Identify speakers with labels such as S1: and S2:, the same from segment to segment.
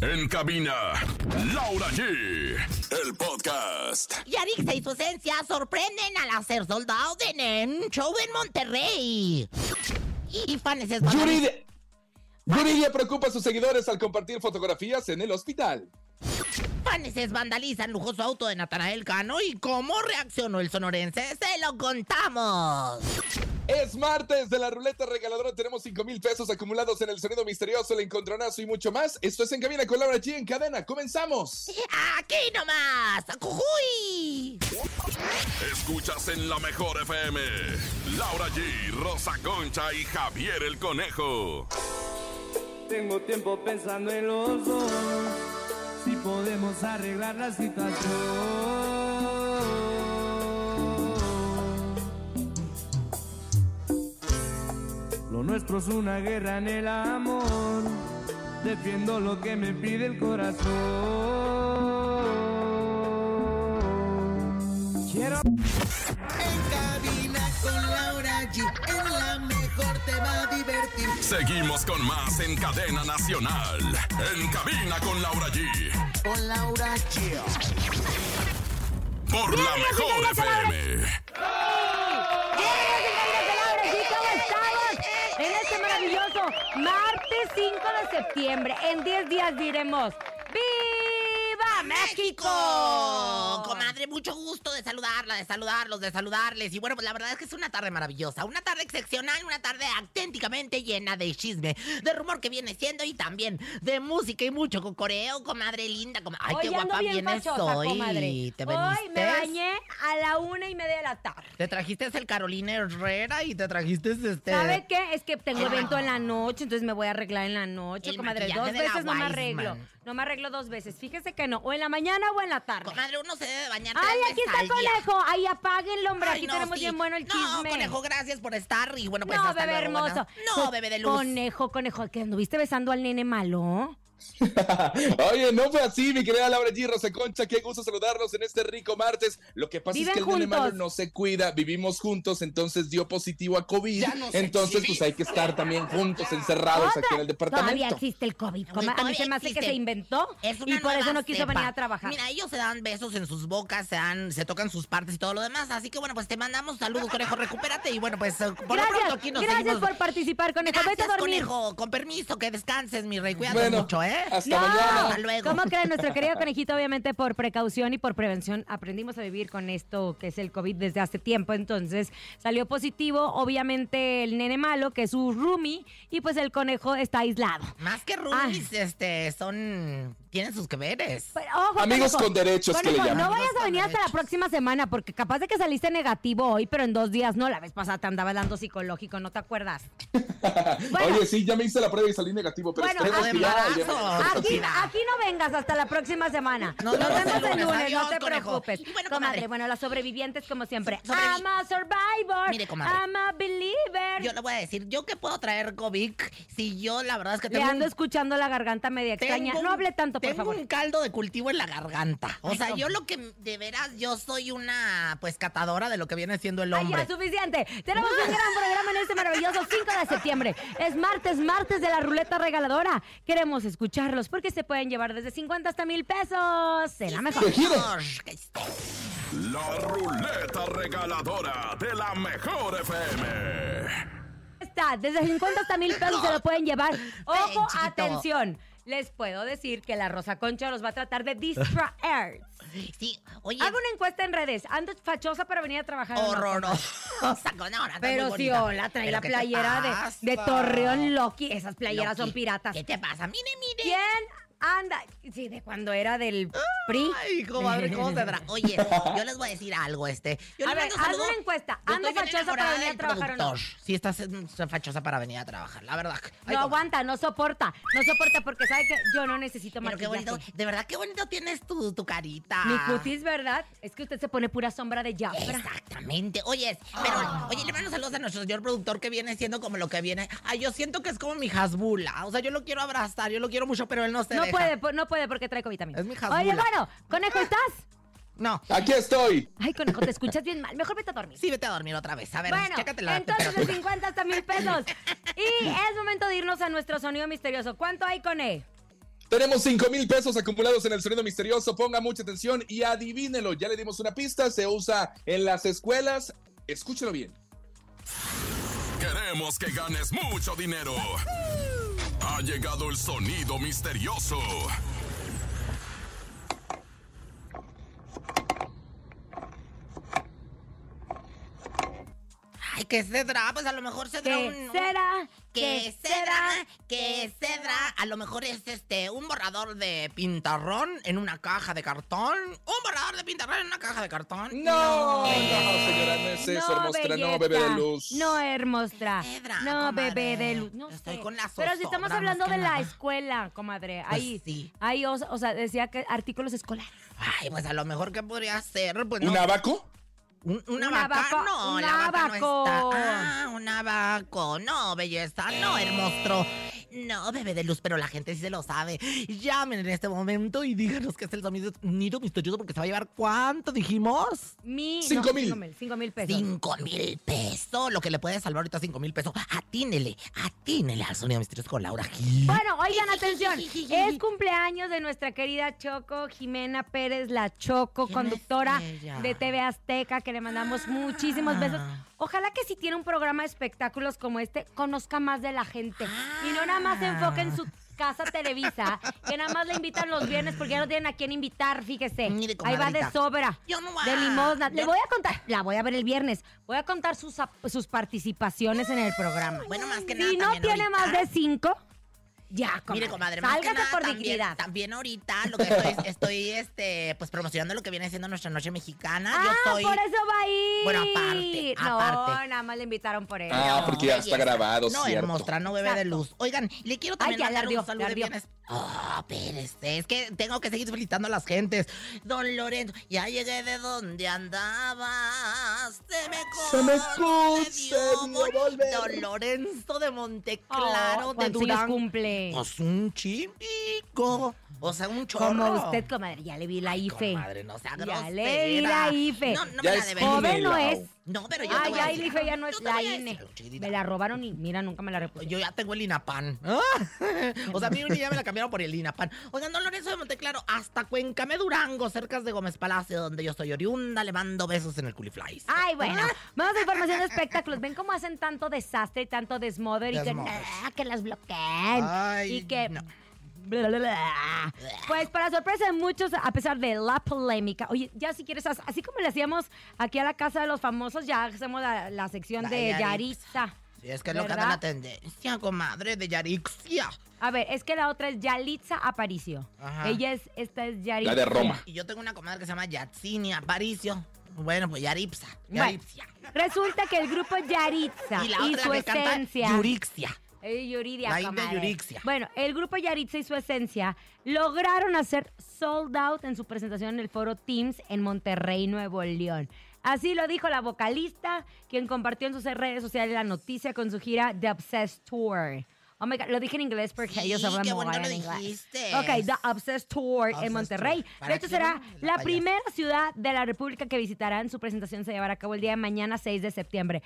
S1: En cabina, Laura G. El podcast.
S2: Yarixa y su esencia sorprenden al hacer soldado en un show en Monterrey. Y, y fans es
S3: Yuri, de- Yuri ya preocupa a sus seguidores al compartir fotografías en el hospital.
S2: Faneses vandalizan lujoso auto de Natanael Cano y cómo reaccionó el sonorense, se lo contamos.
S3: Es martes de la ruleta regaladora. Tenemos 5 mil pesos acumulados en el sonido misterioso, el encontronazo y mucho más. Esto es En Cabina con Laura G en cadena. ¡Comenzamos!
S2: Aquí nomás, ¡Jujuy!
S1: Escuchas en la mejor FM. Laura G, Rosa Concha y Javier el Conejo.
S4: Tengo tiempo pensando en los dos, si podemos arreglar la situación. Lo nuestro es una guerra en el amor, defiendo lo que me pide el corazón. Quiero
S5: En cabina con Laura G. En la mejor te va a divertir.
S1: Seguimos con más en cadena nacional. En cabina con Laura G.
S5: Con Laura G.
S1: Por la mejor FM.
S6: Ahora sí, ¿cómo estamos? En este maravilloso martes 5 de septiembre, en 10 días diremos ¡Viva México!
S2: Comadre, mucho gusto de saludarla, de saludarlos, de saludarles. Y bueno, pues la verdad es que es una tarde maravillosa, una tarde excepcional, una tarde auténticamente llena de chisme, de rumor que viene siendo y también de música y mucho cocoreo, comadre linda. coma- Ay,
S6: Hoy
S2: qué guapa vienes
S6: fachosa,
S2: hoy.
S6: comadre.
S2: ¿Te
S6: Hoy me
S2: veniste?
S6: bañé a la una y media de la tarde.
S2: Te trajiste el Carolina Herrera y te trajiste este.
S6: ¿Sabe qué? Es que tengo evento en la noche, entonces me voy a arreglar en la noche,
S2: El
S6: comadre.
S2: maquillaje
S6: Dos
S2: de la
S6: veces no me
S2: Wiseman.
S6: arreglo. No me arreglo dos veces. Fíjese que no. O en la mañana o en la tarde.
S2: Comadre, uno se debe bañar. tres
S6: ¡Ay, aquí
S2: veces
S6: está
S2: al
S6: el
S2: día.
S6: conejo! ¡Ay, apáguenlo, hombre!
S2: Ay,
S6: Aquí
S2: no,
S6: tenemos
S2: sí.
S6: bien bueno el chisme.
S2: No, conejo, gracias por estar. Y bueno, pues
S6: no,
S2: hasta
S6: bebé
S2: luego, buenas-
S6: hermoso.
S2: No,
S6: Co-
S2: bebé de luz.
S6: Conejo, conejo, que anduviste besando al nene malo.
S3: Oye, no fue así, mi querida Laura G. Rosa Concha. Qué gusto saludarlos en este rico martes. Lo que pasa
S6: Viven
S3: es que el nene
S6: juntos.
S3: malo no se cuida. Vivimos juntos, entonces dio positivo a COVID. entonces, pues hay que estar también juntos, encerrados
S6: Otra.
S3: Ah, pues, aquí en el
S6: Todavía
S3: departamento.
S6: existe el COVID. coma- a mí
S2: todavía
S6: se me hace que
S2: existe.
S6: se inventó
S2: Es
S6: y
S2: una
S6: por eso
S2: nueva
S6: no quiso venir
S2: cepa.
S6: a trabajar.
S2: Mira, ellos se dan besos en sus bocas, se, dan, se tocan sus partes y todo lo demás. Así que bueno, pues te mandamos saludos, conejo. Recupérate y bueno, pues eh, por lo pronto
S6: gracias,
S2: aquí nos
S6: gracias
S2: seguimos.
S6: por participar, conejo.
S2: Gracias,
S6: Vete a dormir.
S2: conejo. Con permiso, que descanses, mi rey. Cuídate
S3: Bueno,
S2: mucho, ¿eh?
S3: hasta
S6: No,
S3: mañana.
S2: Hasta luego.
S6: ¿Cómo creen nuestro querido conejito? Obviamente por precaución y por prevención aprendimos a vivir con esto que es el COVID desde hace tiempo. Entonces salió positivo, obviamente el nene malo, que es su roomie, y pues el conejo está aislado.
S2: Más que rubis, este, son... Tienen sus que veres.
S6: Pero, ojo,
S3: Amigos
S6: conejo.
S3: con derechos, que le
S6: Conejo,
S3: llaman.
S6: No vayas
S2: Amigos
S6: a venir
S2: con
S6: hasta la
S2: derechos.
S6: próxima semana, porque capaz de que saliste negativo hoy, pero en dos días no. La vez pasada te andaba dando psicológico, ¿no te acuerdas? Bueno.
S3: Oye, sí, ya me hice la prueba y salí negativo, pero
S6: Bueno,
S3: esperemos
S6: a-
S3: que ya- ya-
S2: embarazo.
S6: Aquí, aquí no vengas hasta la próxima semana.
S2: Nos
S6: Nos,
S2: vemos el
S6: vemos el
S2: lunes.
S6: lunes,
S2: Adiós,
S6: no te
S2: conejo.
S6: preocupes.
S2: Y bueno,
S6: comadre,
S2: comadre.
S6: bueno, las sobrevivientes, como siempre.
S2: So- sobrevi-
S6: I'm a survivor.
S2: Mire, comadre.
S6: I'm a believer.
S2: Yo le voy a decir, ¿yo qué puedo traer COVID si yo la verdad es que
S6: Le
S2: tengo
S6: ando
S2: un
S6: escuchando la garganta media extraña.
S2: Tengo
S6: No
S2: un-
S6: hable tanto, por
S2: tengo
S6: favor.
S2: un caldo de cultivo en la garganta. O
S6: Ay,
S2: sea,
S6: no.
S2: yo lo que de veras, yo soy una pues catadora de lo que viene siendo el
S6: Ay,
S2: hombre.
S6: ya, suficiente. Tenemos un gran programa en este maravilloso 5 de septiembre. Es martes, martes de la ruleta regaladora. Queremos escucharlos porque se pueden llevar desde 50 hasta mil pesos. En la mejor.
S1: La ruleta regaladora de la mejor FM.
S6: Está, desde 50 hasta mil pesos se lo pueden llevar. Ojo,
S2: chiquito.
S6: atención. Les puedo decir que la Rosa Concha los va a tratar de distraer.
S2: Sí, oye,
S6: Hago una encuesta en redes. Ando fachosa para venir a trabajar. o no?
S2: horrorosa. No, no, no,
S6: Pero
S2: muy
S6: si
S2: bonita.
S6: hola, trae
S2: ¿Pero
S6: la
S2: qué te
S6: playera
S2: pasa?
S6: de, de Torreón Loki. Esas playeras son
S2: Loki,
S6: piratas.
S2: ¿Qué te pasa? Mire, mire.
S6: ¿Quién anda? Sí, de cuando era del PRI.
S2: Ay, comadre, ¿cómo se tra- Oye, yo les voy a decir algo, este. Yo
S6: A
S2: les
S6: ver,
S2: mando
S6: haz
S2: saludo.
S6: una encuesta.
S2: Yo
S6: ¿Ando
S2: estoy bien
S6: fachosa para
S2: enamorada
S6: venir a
S2: del
S6: trabajar o no?
S2: productor. Sí, estás eh, fachosa para venir a trabajar, la verdad. Ay,
S6: No
S2: comadre.
S6: aguanta, no soporta. No soporta porque sabe que yo no necesito
S2: Pero qué
S6: maquillaje.
S2: bonito, Ah. de verdad qué bonito tienes tu, tu carita.
S6: Mi cutis, ¿verdad? Es que usted se pone pura sombra de Jafra.
S2: Exactamente. Oye, pero,
S6: Ah.
S2: oye, le mando saludos a nuestro señor productor que viene siendo como lo que viene. Ay, yo siento que es como mi hasbula. O sea, yo lo quiero abrazar, yo lo quiero mucho, pero él no se
S6: No
S2: deja.
S6: puede, po- no puede porque trae vitamina.
S2: Es mi jazmula.
S6: Oye, bueno, conejo, ¿estás?
S2: No.
S3: Aquí estoy.
S6: Ay, conejo, te escuchas bien mal. Mejor vete a dormir.
S2: Sí, vete a dormir otra vez. A ver,
S6: bueno,
S2: chécate la
S6: entonces de
S2: temperatura.
S6: 50 hasta mil pesos. Y es momento de irnos a nuestro sonido misterioso. ¿Cuánto hay, Cone?
S3: Tenemos 5 mil pesos acumulados en el sonido misterioso. Ponga mucha atención y adivínelo. Ya le dimos una pista. Se usa en las escuelas. Escúchelo bien.
S1: Queremos que ganes mucho dinero. Ha llegado el sonido misterioso.
S2: Ay, ¿qué cedra? Pues a lo mejor cedra
S6: ¿Qué
S2: un...
S6: será?
S2: ¿Qué cedra? ¿Qué cedra? A lo mejor es este, un borrador de pintarrón en una caja de cartón. Un borrador de pintarrón en una caja de
S6: Mm.
S2: cartón.
S3: No, no, señora, no es eso, hermostra. No, bebé de
S6: belleza.
S3: luz.
S6: No, hermostra.
S2: Cedra,
S6: no,
S2: comadre.
S6: bebé de luz. No
S2: Estoy
S6: sé.
S2: con las
S6: Pero si estamos
S2: zozobra
S6: hablando
S2: más que
S6: de la
S2: nada.
S6: escuela, comadre.
S2: Pues
S6: Ahí.
S2: sí.
S6: Ahí, o, o sea, decía que artículos escolares.
S2: Ay, pues a lo mejor que podría ser, pues no.
S3: ¿Un abaco?
S2: Un, un
S6: Un
S2: abaca,
S6: abaco,
S2: no,
S6: un
S2: la vaca no
S6: abaco. Eh.
S2: está. Ah, un abaco, no, belleza, no, el monstruo. No, bebé de luz, pero la gente sí se lo sabe. Llamen en este momento y díganos que es el sonido misterioso porque se va a llevar cuánto dijimos.
S6: Mi,
S3: Cinco mil.
S6: Cinco mil, cinco mil pesos.
S2: Cinco mil pesos, lo que le puede salvar ahorita cinco mil pesos. Atínele, atínele al sonido misterioso con Laura Gil.
S6: Bueno, oigan, atención. Es cumpleaños de nuestra querida Choco Jimena Pérez, la Choco,
S2: ¿Quién
S6: conductora
S2: es ella? Ah.
S6: de TV Azteca, que le mandamos muchísimos besos. Ojalá que si tiene un programa de espectáculos como este, conozca más de la gente. Y no nada más se enfoque
S2: Ah.
S6: en su casa Televisa, que nada más le invitan los viernes porque ya no tienen a quién invitar, fíjese.
S2: Mire,
S6: Ahí va de
S2: comadrita.
S6: sobra.
S2: Yo no voy
S6: De
S2: a-
S6: limosna.
S2: yo
S6: Le
S2: no-
S6: voy a contar, la voy a ver el viernes. Voy a contar sus, ap- sus participaciones en el programa.
S2: Bueno, más que nada.
S6: Si no
S2: también
S6: tiene
S2: ahorita-
S6: más de cinco, ya, comadre.
S2: Mire, comadre, más que
S6: sálgase
S2: nada,
S6: por
S2: también,
S6: dignidad.
S2: También ahorita lo que estoy, estoy este, pues promocionando lo que viene siendo nuestra noche mexicana. Yo
S6: ah,
S2: soy.
S6: por eso va a ir.
S2: Bueno, aparte, aparte.
S6: No, nada más le invitaron por eso.
S3: Ah, porque ya está
S2: belleza.
S3: grabado,
S2: No,
S3: cierto.
S2: hermosa, no bebé de
S6: Exacto.
S2: luz. Oigan, le quiero también
S6: ya
S2: mandar
S6: la ardió,
S2: un saludo
S6: la
S2: de
S6: ardió.
S2: viernes. Ah, espérese, es que tengo que seguir felicitando a las gentes. Don Lorenzo, ya llegué de donde andabas. Se me
S3: Se me
S2: concedió
S3: concedió volver.
S2: Don Lorenzo de
S6: Oh,
S2: Monteclaro, de
S6: ¿cuántos años
S2: Durán.
S6: cumple.
S2: Pues un chimpico. O sea, un chorro.
S6: Como usted, comadre, ya le vi la E. IFE.
S2: Comadre, no sea grosera.
S6: Ya le vi la IFE.
S2: No, no me
S3: Ya
S2: la
S3: es
S2: debe.
S6: Joven no
S3: Dímelo.
S6: es.
S2: No, pero yo te
S6: Ah,
S2: voy a
S6: ya
S2: decir
S6: la IFE ya no
S2: Yo
S6: es
S2: te voy
S6: la
S2: a decir
S6: INE.
S2: algo, chiquitita.
S6: Me la robaron y mira, nunca me la
S2: Pues Yo
S6: repusieron.
S2: ya tengo el INAPAN. Ah, o sea, a mí un día me la cambiaron por el INAPAN. Oigan, don Lorenzo de Monteclaro, hasta Cuencame, Durango, cerca de Gómez Palacio, donde yo soy oriunda, le mando besos en el culiflies.
S6: Ay, bueno,
S2: Ah.
S6: vamos a información de espectáculos. Ven cómo hacen tanto desastre y tanto desmoder y que,
S2: Desmoder.
S6: ah, que las bloquean.
S2: Ay,
S6: y que...
S2: Ah. no.
S6: bla, bla, bla. Pues para sorpresa de muchos, a pesar de la polémica, oye, ya si quieres, haz- así como le hacíamos aquí a la casa de los famosos, ya hacemos la, la sección
S2: La
S6: de
S2: Yaritza.
S6: Yaritza.
S2: Sí, es que es lo que anda
S6: ¿Verdad?
S2: la tendencia, comadre, de Yarixia.
S6: A ver, es que la otra es Yalitza Aparicio.
S2: Ajá.
S6: Ella es, esta es Yaritza.
S3: La de Roma.
S2: Y yo tengo una comadre que se llama Yatsini Aparicio. Bueno, pues Yaripsa.
S6: Bueno,
S2: Yaripsia.
S6: resulta que el grupo Yaritza
S2: Y
S6: y,
S2: la otra
S6: su
S2: que canta,
S6: esencia.
S2: Yurixia.
S6: Eh, Yuridia,
S2: La india
S6: comadre.
S2: Yurixia.
S6: Bueno, el grupo Yaritza y su esencia lograron hacer sold out en su presentación en el foro Teams en Monterrey, Nuevo León. Así lo dijo la vocalista, quien compartió en sus redes sociales la noticia con su gira The Obsessed Tour. Oh my God, lo dije en inglés porque
S2: Sí,
S6: ellos hablan
S2: qué
S6: muy
S2: bueno
S6: bien
S2: lo
S6: en inglés.
S2: dijiste.
S6: Ok, The Obsessed Tour
S2: Obsessed
S6: en Monterrey.
S2: Tour. Para
S6: De hecho,
S2: que
S6: será
S2: vean la
S6: la
S2: payasa.
S6: primera ciudad de la República que visitarán. Su presentación se llevará a cabo el día de mañana, 6 de septiembre.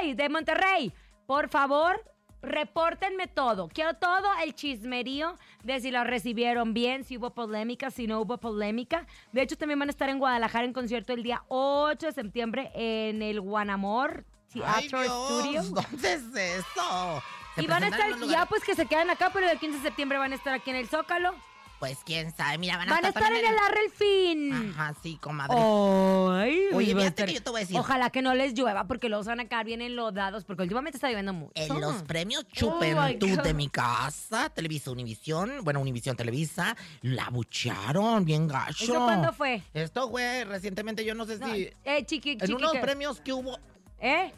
S6: ¡Ey, de Monterrey! Por favor, repórtenme todo. Quiero todo el chismerío de si lo recibieron bien, si hubo polémica, si no hubo polémica. De hecho, también van a estar en Guadalajara en concierto el día 8 de septiembre en el Guanamor
S2: Ay,
S6: Theater
S2: Dios,
S6: Studio.
S2: ¿Dónde es eso? Se
S6: Y van a
S2: presentan
S6: estar,
S2: en unos
S6: ya
S2: lugares-
S6: pues que se quedan acá, pero el 15 de septiembre van a estar aquí en el Zócalo.
S2: Pues quién sabe, mira, van a
S6: Van a estar en
S2: también Ah.
S6: el Arrelfin.
S2: Ajá, sí, comadre.
S6: Oh, Ay, pues
S2: Oye,
S6: va a
S2: fíjate
S6: estar-
S2: que yo te voy a decir.
S6: Ojalá que no les llueva porque los van a caer bien enlodados porque últimamente está lloviendo mucho.
S2: En los premios
S6: Oh, my
S2: Chupentud
S6: God.
S2: de mi casa, Televisa Univisión, bueno, Univisión Televisa, la bucharon bien gacho.
S6: ¿Eso cuándo fue?
S2: Esto, güey, recientemente, yo no sé si...
S6: No, eh, chiqui,
S2: en unos
S6: chiqui-
S2: premios que hubo
S6: ¿Eh?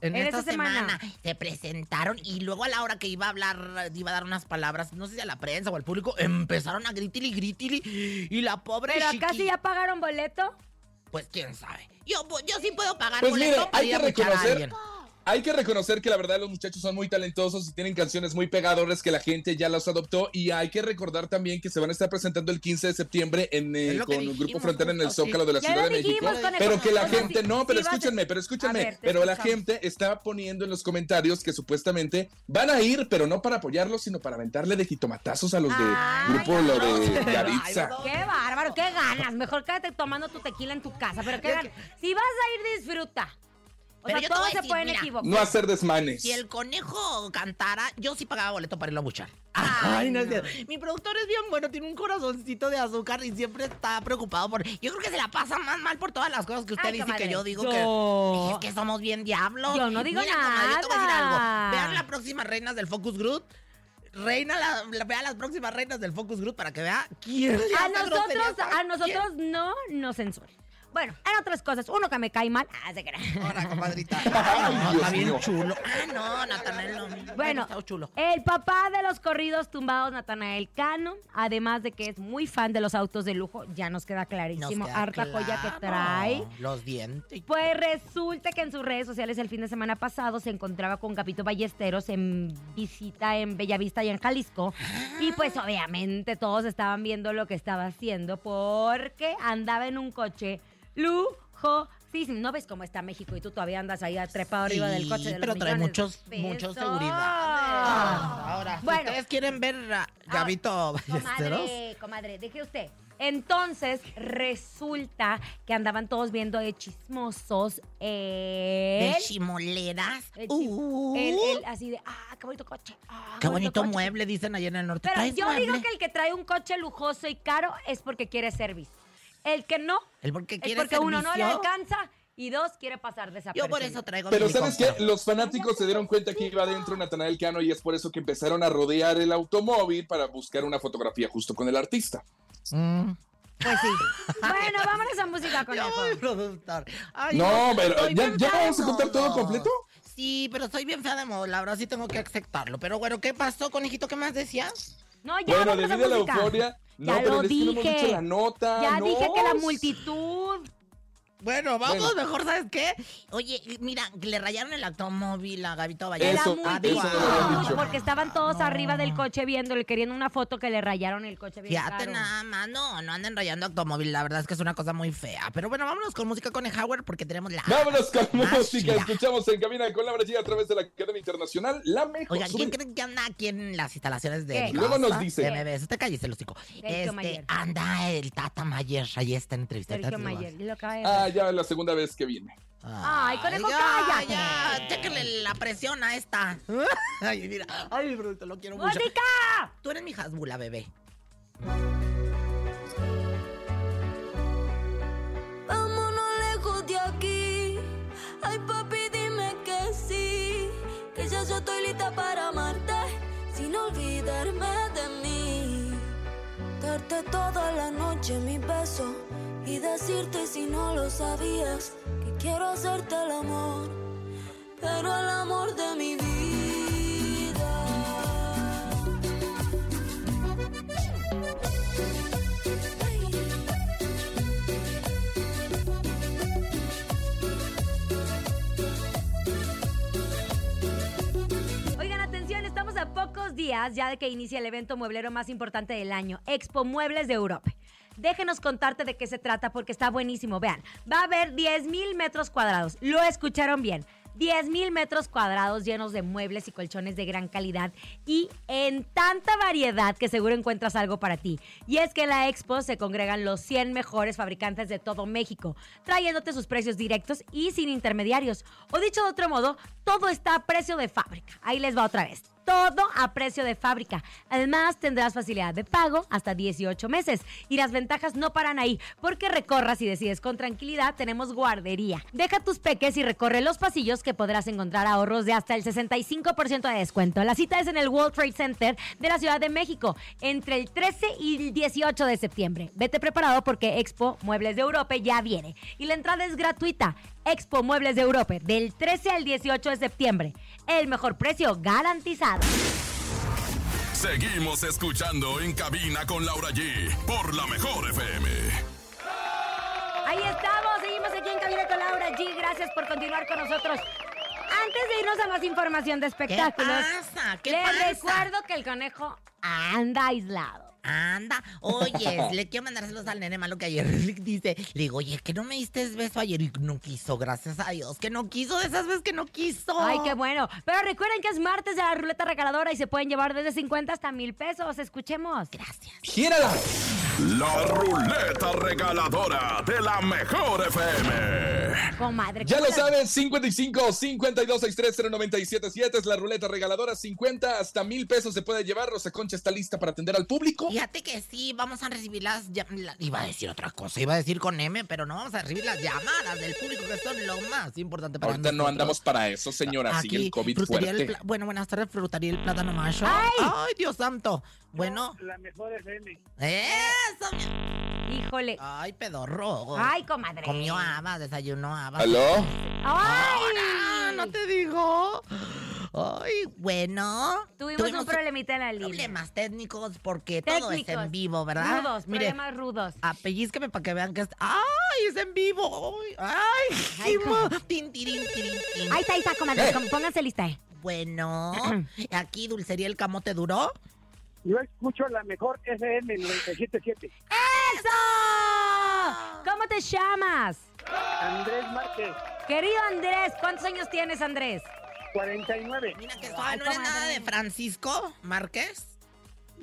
S2: en,
S6: En
S2: esta
S6: esta
S2: semana,
S6: semana.
S2: se presentaron y luego a la hora que iba a hablar, iba a dar unas palabras, no sé si a la prensa o al público, empezaron a gritili, gritili, y la pobre
S6: Pero acá
S2: chiqui-
S6: sí ya pagaron boleto.
S2: Pues quién sabe. Yo, yo sí puedo pagar
S3: Pues
S2: boleto
S3: mire,
S2: para
S3: hay
S2: ir a
S3: que
S2: buchar a
S3: reconocer
S2: alguien.
S3: hay que reconocer que la verdad los muchachos son muy talentosos y tienen canciones muy pegadoras que la gente ya las adoptó y hay que recordar también que se van a estar presentando el 15 de septiembre en, eh,
S2: Es lo que
S3: con un grupo
S2: dijimos,
S3: Frontera en el
S2: justo, sí.
S3: Zócalo de la
S6: Ya
S3: Ciudad
S6: lo
S3: de México.
S6: dijimos, Conejo,
S3: Pero que la
S6: o sea,
S3: gente,
S6: sí,
S3: no, pero
S6: sí vas a-
S3: escúchenme, pero
S6: A
S3: escúchenme,
S6: ver, te
S3: pero la
S6: escuchamos.
S3: gente está poniendo en los comentarios que supuestamente van a ir, pero no para apoyarlos, sino para aventarle de jitomatazos a los de
S6: Ay,
S3: grupo lo
S2: no.
S3: de
S2: Ay,
S3: Yaritza.
S2: no.
S6: Qué bárbaro, qué ganas. Mejor quédate tomando tu tequila en tu casa. Pero qué
S2: Yo
S6: ganas. Si vas a ir, disfruta. O
S2: Pero
S6: sea,
S2: yo te voy
S6: todos
S2: a
S6: se
S2: decir,
S6: pueden
S2: mira,
S6: equivocar.
S3: No hacer desmanes.
S2: Si el conejo cantara, yo sí pagaba boleto para irlo a buchar.
S6: Ay, no.
S2: Mi productor es bien bueno, tiene un corazoncito de azúcar y siempre está preocupado por. Yo creo que se la pasa más mal por todas las cosas que usted
S6: Ay,
S2: dice
S6: comadre.
S2: que yo digo
S6: Yo-
S2: que. Es que somos bien diablos.
S6: Yo no digo
S2: Mira, comadre, yo te voy a decir
S6: nada.
S2: algo. Vean la próxima reinas del Focus Group. Reina la, la- vea las próximas reinas del Focus Group para que vea quién le
S6: A
S2: hace groserías
S6: nosotros, a
S2: quién.
S6: nosotros no nos censuren. Bueno, en otras cosas. Uno que me cae mal. Ah, se crea.
S2: Ahora, compadrita.
S3: Ay,
S2: no,
S3: Dios
S2: está bien
S3: mío.
S2: chulo. Ah, no, Natanael no.
S6: Bueno,
S2: está chulo.
S6: el papá de los corridos tumbados, Natanael Cano, además de que es muy fan de los autos de lujo, ya nos queda
S2: Nos
S6: clarísimo,
S2: queda
S6: harta joya que
S2: claro.
S6: trae.
S2: Los dientes.
S6: Pues resulta que en sus redes sociales el fin de semana pasado se encontraba con Capito Ballesteros en visita en Bellavista y en Jalisco. Y
S2: Ah.
S6: pues obviamente todos estaban viendo lo que estaba haciendo porque andaba en un coche lujosísimo. ¿No ves cómo está México y tú todavía andas ahí trepado arriba del coche
S2: Sí,
S6: de los
S2: pero trae
S6: millones
S2: muchos,
S6: de
S2: muchos
S6: pesos?
S2: seguridad. Ahora, si
S6: Bueno. Ah,
S2: ustedes quieren ver a Gabito Ballesteros,
S6: Comadre, comadre, deje usted. Entonces, resulta que andaban todos viendo de chismosos
S2: de
S6: el...
S2: chimoleras.
S6: el chis-
S2: Uh,
S6: el- el así de, ah, qué bonito coche. ah,
S2: qué bonito
S6: coche".
S2: mueble, dicen allá en el norte.
S6: Pero
S2: ¿Traes
S6: yo
S2: mueble?
S6: digo que el que trae un coche lujoso y caro es porque quiere ser visto. El que no
S2: El porque
S6: es
S2: quiere
S6: porque uno no le
S2: servicio.
S6: alcanza y dos quiere pasar desapercibido.
S2: Yo por eso traigo
S3: Pero
S2: mi
S3: ¿sabes qué?
S2: helicóptero.
S3: Los fanáticos se dieron cuenta que iba adentro Natanael Cano y es por eso que empezaron a rodear el automóvil para buscar una fotografía justo con el artista.
S2: Mm.
S6: Pues sí. bueno, vámonos a música con
S2: Ay, productor. Ay,
S3: No, pero
S2: soy
S3: ¿ya-
S2: bien
S3: ya
S2: fea de
S3: vamos a contar todo
S2: modos.
S3: completo?
S2: Sí, pero soy bien fea de modo, la verdad sí tengo que aceptarlo. Pero bueno, ¿qué pasó, conejito? ¿Qué más decías?
S6: No, ya
S3: Bueno,
S6: vámonos a
S3: debido a la
S6: música.
S3: euforia. No,
S6: Ya
S3: pero
S6: lo
S3: es que no hemos
S6: dije.
S3: dicho la nota.
S6: Ya
S3: no.
S6: dije que la multitud.
S2: Bueno, vamos,
S3: Bueno.
S2: mejor, ¿sabes qué? Oye, mira, le rayaron el automóvil a Gabito Ballesteros.
S6: Era
S3: Eso,
S6: muy
S3: ah,
S2: Adiós.
S3: eso no lo habían dicho.
S6: porque estaban todos arriba del coche viéndole, queriendo una foto que le rayaron el coche. bien
S2: Fíjate
S6: caro.
S2: nada más, no, no anden rayando automóvil, la verdad es que es una cosa muy fea. Pero bueno, vámonos con música con el Howard porque tenemos la...
S3: Vámonos
S6: Ah,
S3: con
S2: más
S3: música.
S2: chida.
S3: Escuchamos en Camina con la Brachilla a través de la Academia Internacional. La mejor.
S2: Oigan, ¿quién
S3: Súbele.
S2: creen que anda aquí en las instalaciones
S6: ¿Qué?
S2: de mi
S3: Luego
S2: casa?
S3: nos dice.
S2: MBS, te calles el hocico.
S6: Sergio
S2: Este,
S6: Mayer.
S2: anda el Tata Mayer, ahí está en entrevista.
S6: Sergio
S2: Ahorita te lo
S6: Mayer, lo acaba de
S3: Ah, ya es la segunda vez que viene.
S6: Ay, conejo,
S2: ya,
S6: cállate.
S2: ya, chéquenle la presión a esta. Ay, mira, ay, bro, te lo quiero mucho.
S6: ¡Mónica!
S2: Tú eres mi hasbula, bebé.
S7: Vámonos lejos de aquí. Ay, papi, dime que sí. Que ya yo estoy lista para amarte. Sin olvidarme de mí. Darte toda la noche mi beso. Y decirte si no lo sabías. Que quiero hacerte el amor. Pero el amor de mi vida. Ay.
S6: Oigan, atención, estamos a pocos días ya de que inicie el evento mueblero más importante del año, Expo Muebles de Europa. Déjenos contarte de qué se trata porque está buenísimo. Vean, va a haber 10 mil metros cuadrados. Lo escucharon bien. 10 mil metros cuadrados llenos de muebles y colchones de gran calidad y en tanta variedad que seguro encuentras algo para ti. Y es que en la expo se congregan los 100 mejores fabricantes de todo México, trayéndote sus precios directos y sin intermediarios. O dicho de otro modo, todo está a precio de fábrica. Ahí les va otra vez. Todo a precio de fábrica. Además, tendrás facilidad de pago hasta 18 meses. Y las ventajas no paran ahí, porque recorras y decides con tranquilidad, tenemos guardería. Deja tus peques y recorre los pasillos que podrás encontrar ahorros de hasta el 65% de descuento. La cita es en el World Trade Center de la Ciudad de México, entre el 13 y el 18 de septiembre. Vete preparado porque Expo Muebles de Europa ya viene. Y la entrada es gratuita. Expo Muebles de Europa, del 13 al 18 de septiembre. El mejor precio garantizado.
S1: Seguimos escuchando en cabina con Laura G por la mejor FM.
S6: Ahí estamos, seguimos aquí en Cabina con Laura G. Gracias por continuar con nosotros. Antes de irnos a más información de espectáculos,
S2: pasa? ¿Qué
S6: les
S2: pasa?
S6: recuerdo que el conejo anda aislado.
S2: Anda, oye, le quiero mandar saludos al nene malo que ayer dice, le digo, oye, que no me diste beso ayer y no quiso, gracias a Dios, que no quiso, de esas veces que no quiso.
S6: Ay, qué bueno. Pero recuerden que es martes de la ruleta regaladora y se pueden llevar desde 50 hasta mil pesos. Escuchemos.
S2: Gracias.
S3: ¡Gírala!
S1: La ruleta regaladora de la mejor FM.
S6: Comadre.
S3: Ya
S6: ¿cómo
S3: lo
S6: te-
S3: sabes, 55 52 63 0977 es la ruleta regaladora. 50 hasta mil pesos se puede llevar. Rosa Concha está lista para atender al público.
S2: Fíjate que sí, vamos a recibir las llam- la- Iba a decir otra cosa, iba a decir con M, pero no vamos a recibir las llamadas del público, que son lo más importante para
S3: Ahorita no
S2: nosotros.
S3: andamos para eso, señora. Sigue el COVID
S2: frutería el
S3: fuerte.
S2: pla- bueno, buenas tardes, frutaría el plátano macho.
S6: ¡Ay!
S2: Dios santo! Bueno,
S8: La mejor FM.
S2: ¡eso! mi-
S6: Híjole.
S2: ¡Ay, pedorro!
S6: Ay, comadre.
S2: Ah, oh. Comió habas, desayunó habas.
S3: ¿Aló?
S6: Ay.
S2: ¡Ah, no te digo! ¡Ay, bueno!
S6: Tuvimos, un problemita en la línea.
S2: problemas técnicos porque todo es
S6: Técnicos.
S2: en vivo, ¿verdad?
S6: Rudos,
S2: Mire,
S6: problemas rudos.
S2: apellízqueme para que vean que es... ¡Ay, es en vivo! ¡Ay,
S6: Ay,
S2: qué
S6: cómo.
S2: mo- Tin, tirín, tirín, tin.
S6: Ahí está, ahí está, comadre.
S3: ¿Eh?
S6: com- Pónganse lista, eh.
S2: Bueno, aquí Dulcería El Camote duró.
S8: Yo escucho la mejor FM 977.
S6: ¡Eso! ¿Cómo te llamas?
S8: Andrés Márquez,
S6: Querido Andrés, ¿cuántos años tienes, Andrés?
S8: 49.
S2: Mira que suave,
S6: Ay,
S2: ¿no eres
S6: comadre.
S2: nada de Francisco Márquez?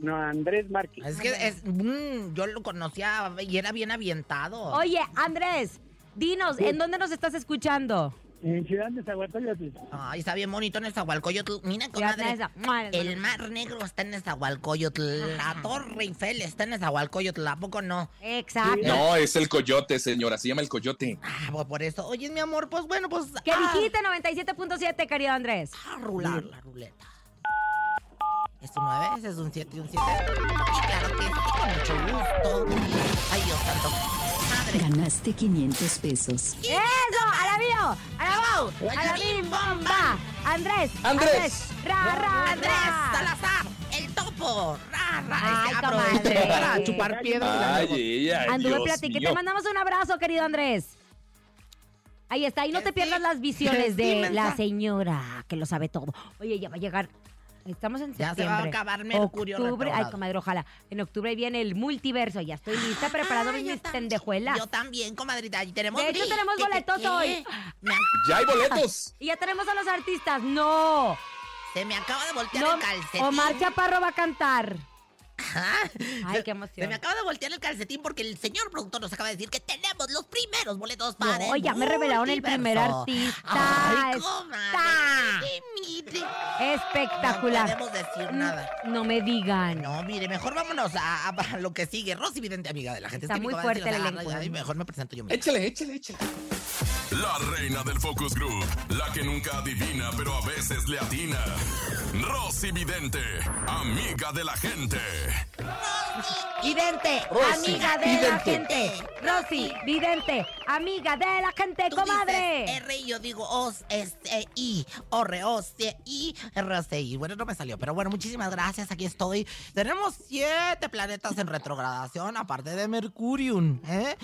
S8: No, Andrés Márquez.
S2: Es que es... mm, yo lo conocía y era bien avientado.
S6: Oye, Andrés, dinos, ¿en dónde nos estás escuchando?
S8: En Ciudad de Zaguatoyotl.
S2: Ay, está bien bonito en el Zahualcoyotl. Mira,
S6: Ciudad
S2: comadre.
S6: Neza. Mua,
S2: El Mar Negro está en el Zahualcoyotl. La Torre Eiffel está en el Zahualcoyotl. ¿A poco no?
S6: Exacto.
S3: No, es el coyote, señora. Se llama el coyote.
S2: Ah, pues por eso. Oye, mi amor, pues bueno, pues.
S6: Que
S2: ah,
S6: dijiste 97.7, querido Andrés.
S2: A rular la ruleta. Es un 9, ese es un 7 y un 7. Y claro que sí, con mucho gusto. Ay, Dios santo. Madre.
S9: Ganaste 500 pesos.
S6: ¡Eso! ¡A la bio! ¡A la bau! ¡A la bim bomba! ¡Andrés!
S3: Andrés.
S6: ¡Ra, ra,
S2: Andrés
S6: ra!
S2: Salazar, el topo. Ra, ra,
S6: Ay,
S2: este,
S6: comadre.
S2: aproveché para chupar piedra. y la
S3: Ay,
S2: luego-
S3: ella.
S6: Anduve
S3: Dios
S6: platique.
S3: mío.
S6: Te mandamos un abrazo, querido Andrés. Ahí está, y no
S2: Que
S6: te
S2: sí,
S6: pierdas las visiones
S2: que sí,
S6: de
S2: mensa.
S6: la señora, que lo sabe todo. Oye, ya va a llegar. Estamos en
S2: Ya se
S6: septiembre.
S2: va a acabar Mercurio
S6: Octubre, ay,
S2: retrógrado. Ah,
S6: comadre, ojalá. En octubre viene el multiverso. Ya estoy lista, preparado
S2: Ay,
S6: mis
S2: yo tam-
S6: pendejuelas.
S2: Yo también, comadrita. Y tenemos.
S6: De hecho, tenemos
S2: ¿Qué, qué,
S6: boletos
S2: qué?
S6: hoy.
S2: Me ac-
S3: Ya hay boletos.
S6: Y ya tenemos a los artistas. ¡No!
S2: se me acaba de voltear
S6: no
S2: el calcetín.
S6: Omar Chaparro va a cantar.
S2: Ajá.
S6: Ay,
S2: Se-
S6: qué emoción.
S2: Se me acaba de voltear el calcetín porque el señor productor nos acaba de decir que tenemos los primeros boletos para.
S6: No,
S2: el
S6: ya me revelaron el
S2: multiverso.
S6: primer artista.
S2: Ay,
S6: Está
S2: comadre. Qué mire.
S6: Espectacular.
S2: No podemos decir nada.
S6: No me digan.
S2: No, mire, mejor vámonos a, a- a lo que sigue. Rosy Vidente, amiga de la gente. este
S6: Está
S2: mi
S6: muy
S2: comadre
S6: fuerte
S2: nos
S6: el
S2: agarra y-
S6: elenco.
S2: ay, Mejor me presento yo misma.
S3: Échale, échale, échale.
S1: La reina del Focus Group, la que nunca adivina pero a veces le atina. Rosy Vidente, amiga de la gente.
S6: Vidente,
S2: Oh,
S3: Rosy,
S6: amiga de la
S3: vidente.
S6: gente. Rosy, vidente, amiga de la gente,
S2: Tú
S6: comadre.
S2: dices er- R y yo digo os, es, e, i, orre, o, c, i, r, c, i. Bueno, no me salió, pero bueno, muchísimas gracias, aquí estoy. Tenemos siete planetas en retrogradación, aparte de Mercurium, ¿eh?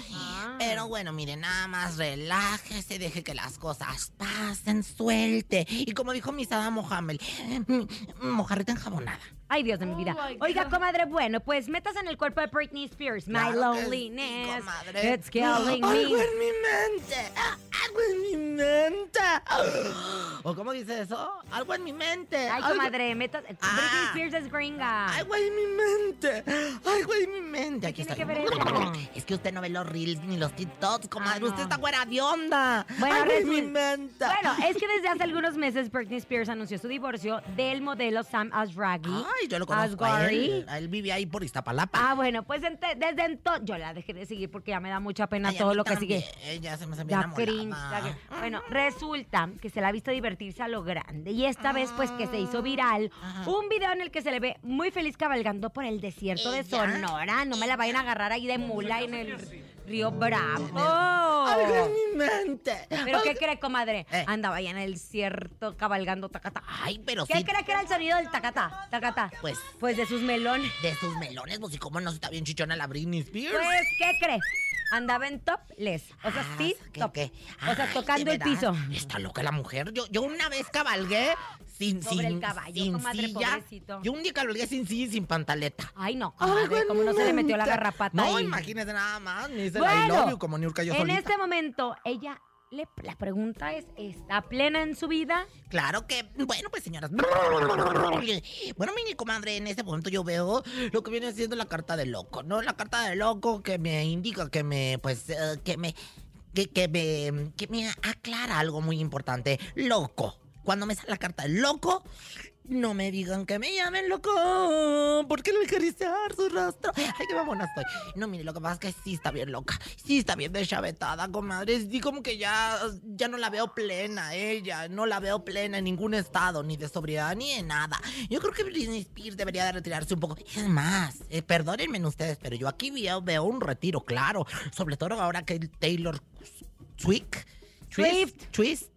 S2: Pero bueno, miren, nada más relájese, deje que las cosas pasen, suelte. Y como dijo mi Sada Mohamed, mm, mojarrita enjabonada.
S6: Ay, Dios de mi vida.
S2: Oh,
S6: Oiga, comadre, bueno, pues metas en el cuerpo de Britney Spears. My
S2: Claro que sí,
S6: loneliness.
S2: comadre.
S6: It's killing
S2: Algo
S6: me.
S2: en mi mente. ah, Algo en mi mente. ¿O cómo dice eso? Algo en mi mente.
S6: Ay,
S2: algo-
S6: comadre, metas. Britney
S2: Ah.
S6: Spears es gringa.
S2: Algo en mi mente. Algo en mi mente.
S6: ¿Qué
S2: Aquí
S6: tiene
S2: estoy.
S6: que ver eso?
S2: Es que usted no ve los reels ni los TikToks, comadre.
S6: Ah, no.
S2: Usted está fuera de onda.
S6: Bueno,
S2: algo en mi
S6: resulta-
S2: mente.
S6: Bueno, es que desde hace algunos meses Britney Spears anunció su divorcio del modelo Sam Ashragi.
S2: Ay, yo lo conozco a
S6: Asghari.
S2: él. Él vive ahí por Iztapalapa.
S6: Ah, bueno, pues ente- desde entonces yo la dejé de seguir porque ya me da mucha pena
S2: Ay, a
S6: todo
S2: mí
S6: lo que
S2: también,
S6: sigue.
S2: Ella se me hace bien
S6: Da cringe,
S2: amolada.
S6: da cringe. Bueno, resulta que se la ha visto divertirse a lo grande y esta vez pues que se hizo viral
S2: Ajá.
S6: un video en el que se le ve muy feliz cabalgando por el desierto de
S2: ¿Ella?
S6: Sonora. No me la vayan a agarrar ahí de mula en el río
S2: Algo en
S6: Bravo.
S2: mi mente.
S6: Oh. ¿Pero qué
S2: Algo-
S6: cree, comadre?
S2: Eh.
S6: Andaba allá en el desierto cabalgando tacata.
S2: Ay, pero
S6: ¿Qué
S2: sí.
S6: cree que era el sonido del tacata? Tacata.
S2: Pues
S6: Pues de sus melones.
S2: de sus melones, pues y cómo no está bien chichona la Britney Spears.
S6: Pues, ¿qué cree? andaba en topless. O sea, sí,
S2: Ah, ¿qué,
S6: top.
S2: qué?
S6: O sea,
S2: Ay,
S6: tocando
S2: de
S6: el
S2: verdad,
S6: piso.
S2: Está loca la mujer. Yo, yo una vez cabalgué sin,
S6: Sobre
S2: sin,
S6: el caballo,
S2: sin
S6: comadre,
S2: silla.
S6: pobrecito.
S2: Yo un día cabalgué sin silla y sin pantaleta.
S6: Ay, no, comadre, como no se le metió la garrapata
S2: No,
S6: ahí.
S2: imagínese nada más. Me dice la I
S6: Bueno,
S2: love you como Niurka yo
S6: en
S2: solita.
S6: este momento, ella, le, la pregunta es, ¿está plena en su vida?
S2: Claro que, bueno, pues señoras. Bueno, mini comadre, en este momento yo veo lo que viene siendo la carta de loco, ¿no? La carta de loco que me indica que me, pues, eh, que me, que, que me, que me aclara algo muy importante. Loco. Cuando me sale la carta de loco, no me digan que me llamen loco, porque le dejaré dejar su rastro. Ay, qué mamona estoy. No, mire, lo que pasa es que sí está bien loca, sí está bien deschavetada, comadre. Sí, como que ya, ya no la veo plena ella, no la veo plena en ningún estado, ni de sobriedad, ni de nada. Yo creo que Britney Spears debería de retirarse un poco. Es más, eh, perdónenme ustedes, pero yo aquí veo, veo un retiro, claro. Sobre todo ahora que Taylor Swick.
S6: Swift.
S2: Twist.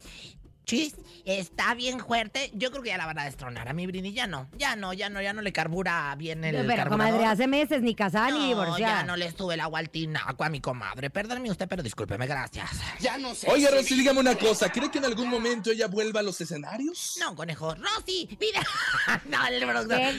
S2: Chis, está bien fuerte. Yo creo que ya la van a destronar. A mi Brini ya no. Ya no, ya no, ya no le carbura bien el
S6: Pero,
S2: carburador.
S6: comadre, hace meses, ni casada ni
S2: no,
S6: divorciada.
S2: ya no le sube el agua al tinaco a mi comadre. Perdóneme usted, pero discúlpeme, gracias.
S3: Oye, Rosy, dígame una cosa. ¿Cree que en algún momento ella vuelva a los escenarios?
S2: No, conejo. ¡Rosy! ¡Mira! no, el productor.
S6: ¡Qué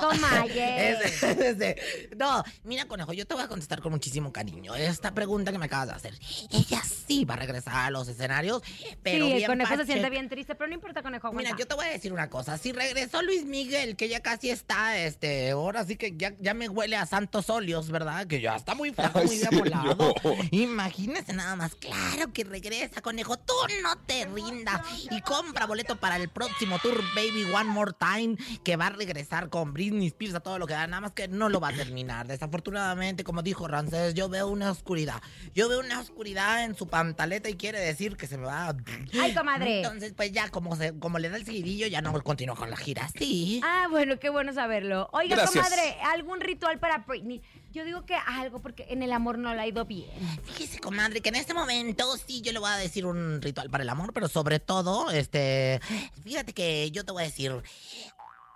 S6: comalle!
S2: Ese- ese. No, mira, conejo, yo te voy a contestar con muchísimo cariño esta pregunta que me acabas de hacer. Ella sí va a regresar a los escenarios, pero
S6: sí, el
S2: bien
S6: conejo se siente
S2: pacheca.
S6: bien triste, pero no importa, conejo, aguanta.
S2: Mira, yo te voy a decir una cosa. Si regresó Luis Miguel, que ya casi está, este, ahora sí que ya, ya me huele a Santos Olios, ¿verdad? Que ya está muy flaco,
S3: Ay,
S2: muy volado.
S3: señor.
S2: Imagínese nada más. Claro que regresa, conejo. Tú no te rindas. Y compra boleto para el próximo tour, Baby One More Time, que va a regresar con Britney Spears a todo lo que da. Nada más que no lo va a terminar. Desafortunadamente, como dijo Rancés, yo veo una oscuridad. Yo veo una oscuridad en su pantaleta y quiere decir que se me va a...
S6: Ay, comadre.
S2: Entonces, pues ya, como, se, como le da el seguidillo, ya no continúa con la gira. Sí.
S6: Ah, bueno, qué bueno saberlo. Oiga,
S3: Gracias.
S6: comadre, ¿algún ritual para Britney? Yo digo que algo, porque en el amor no la ha ido bien.
S2: Fíjese, comadre, que en este momento sí yo le voy a decir un ritual para el amor, pero sobre todo, este. Fíjate que yo te voy a decir.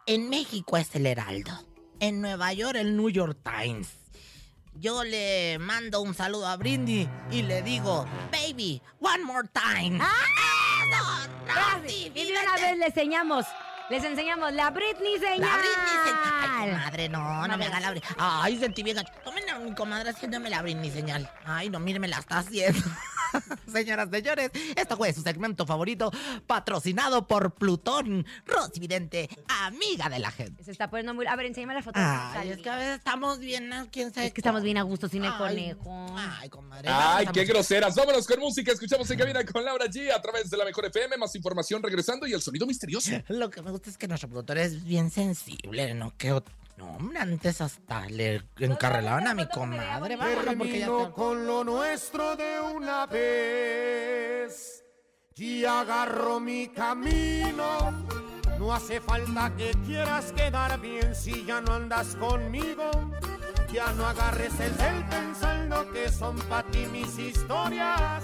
S2: En México es el Heraldo. En Nueva York, el New York Times. Yo le mando un saludo a Brindy y le digo, baby, one more time. ¡Eso! Rosy,
S6: Y de una
S2: fíjate.
S6: vez les enseñamos, les enseñamos la Britney señal.
S2: La Britney señal. Ay, comadre, no, no
S6: Comadre.
S2: me haga la Britney. Ay, sentí bien. gacho. Tomen a mi comadre haciéndome la Britney señal. Ay, no, mire, me la está haciendo. Señoras, señores, esto fue su segmento favorito, patrocinado por Plutón, Rosy Vidente, amiga de la gente.
S6: Se está poniendo muy... A ver, enséñame la foto.
S2: Ay, es que a veces estamos bien, ¿no? quién sabe.
S6: Es que estamos bien a gusto sin el
S2: Ay,
S6: conejo.
S2: Ay, comadre.
S3: Ay,
S2: vamos a
S3: qué
S2: música.
S3: groseras. Vámonos con música. Escuchamos en cabina con Laura G a través de la mejor FM. Más información regresando y el sonido misterioso.
S2: Lo que me gusta es que nuestro productor es bien sensible, ¿no? Que ot- no, hombre, antes hasta le encarrelaban a mi comadre. Vámonos, porque ya te-
S4: con lo nuestro de una vez y agarro mi camino. No hace falta que quieras quedar bien si ya no andas conmigo. Ya no agarres el cel pensando que son para ti mis historias.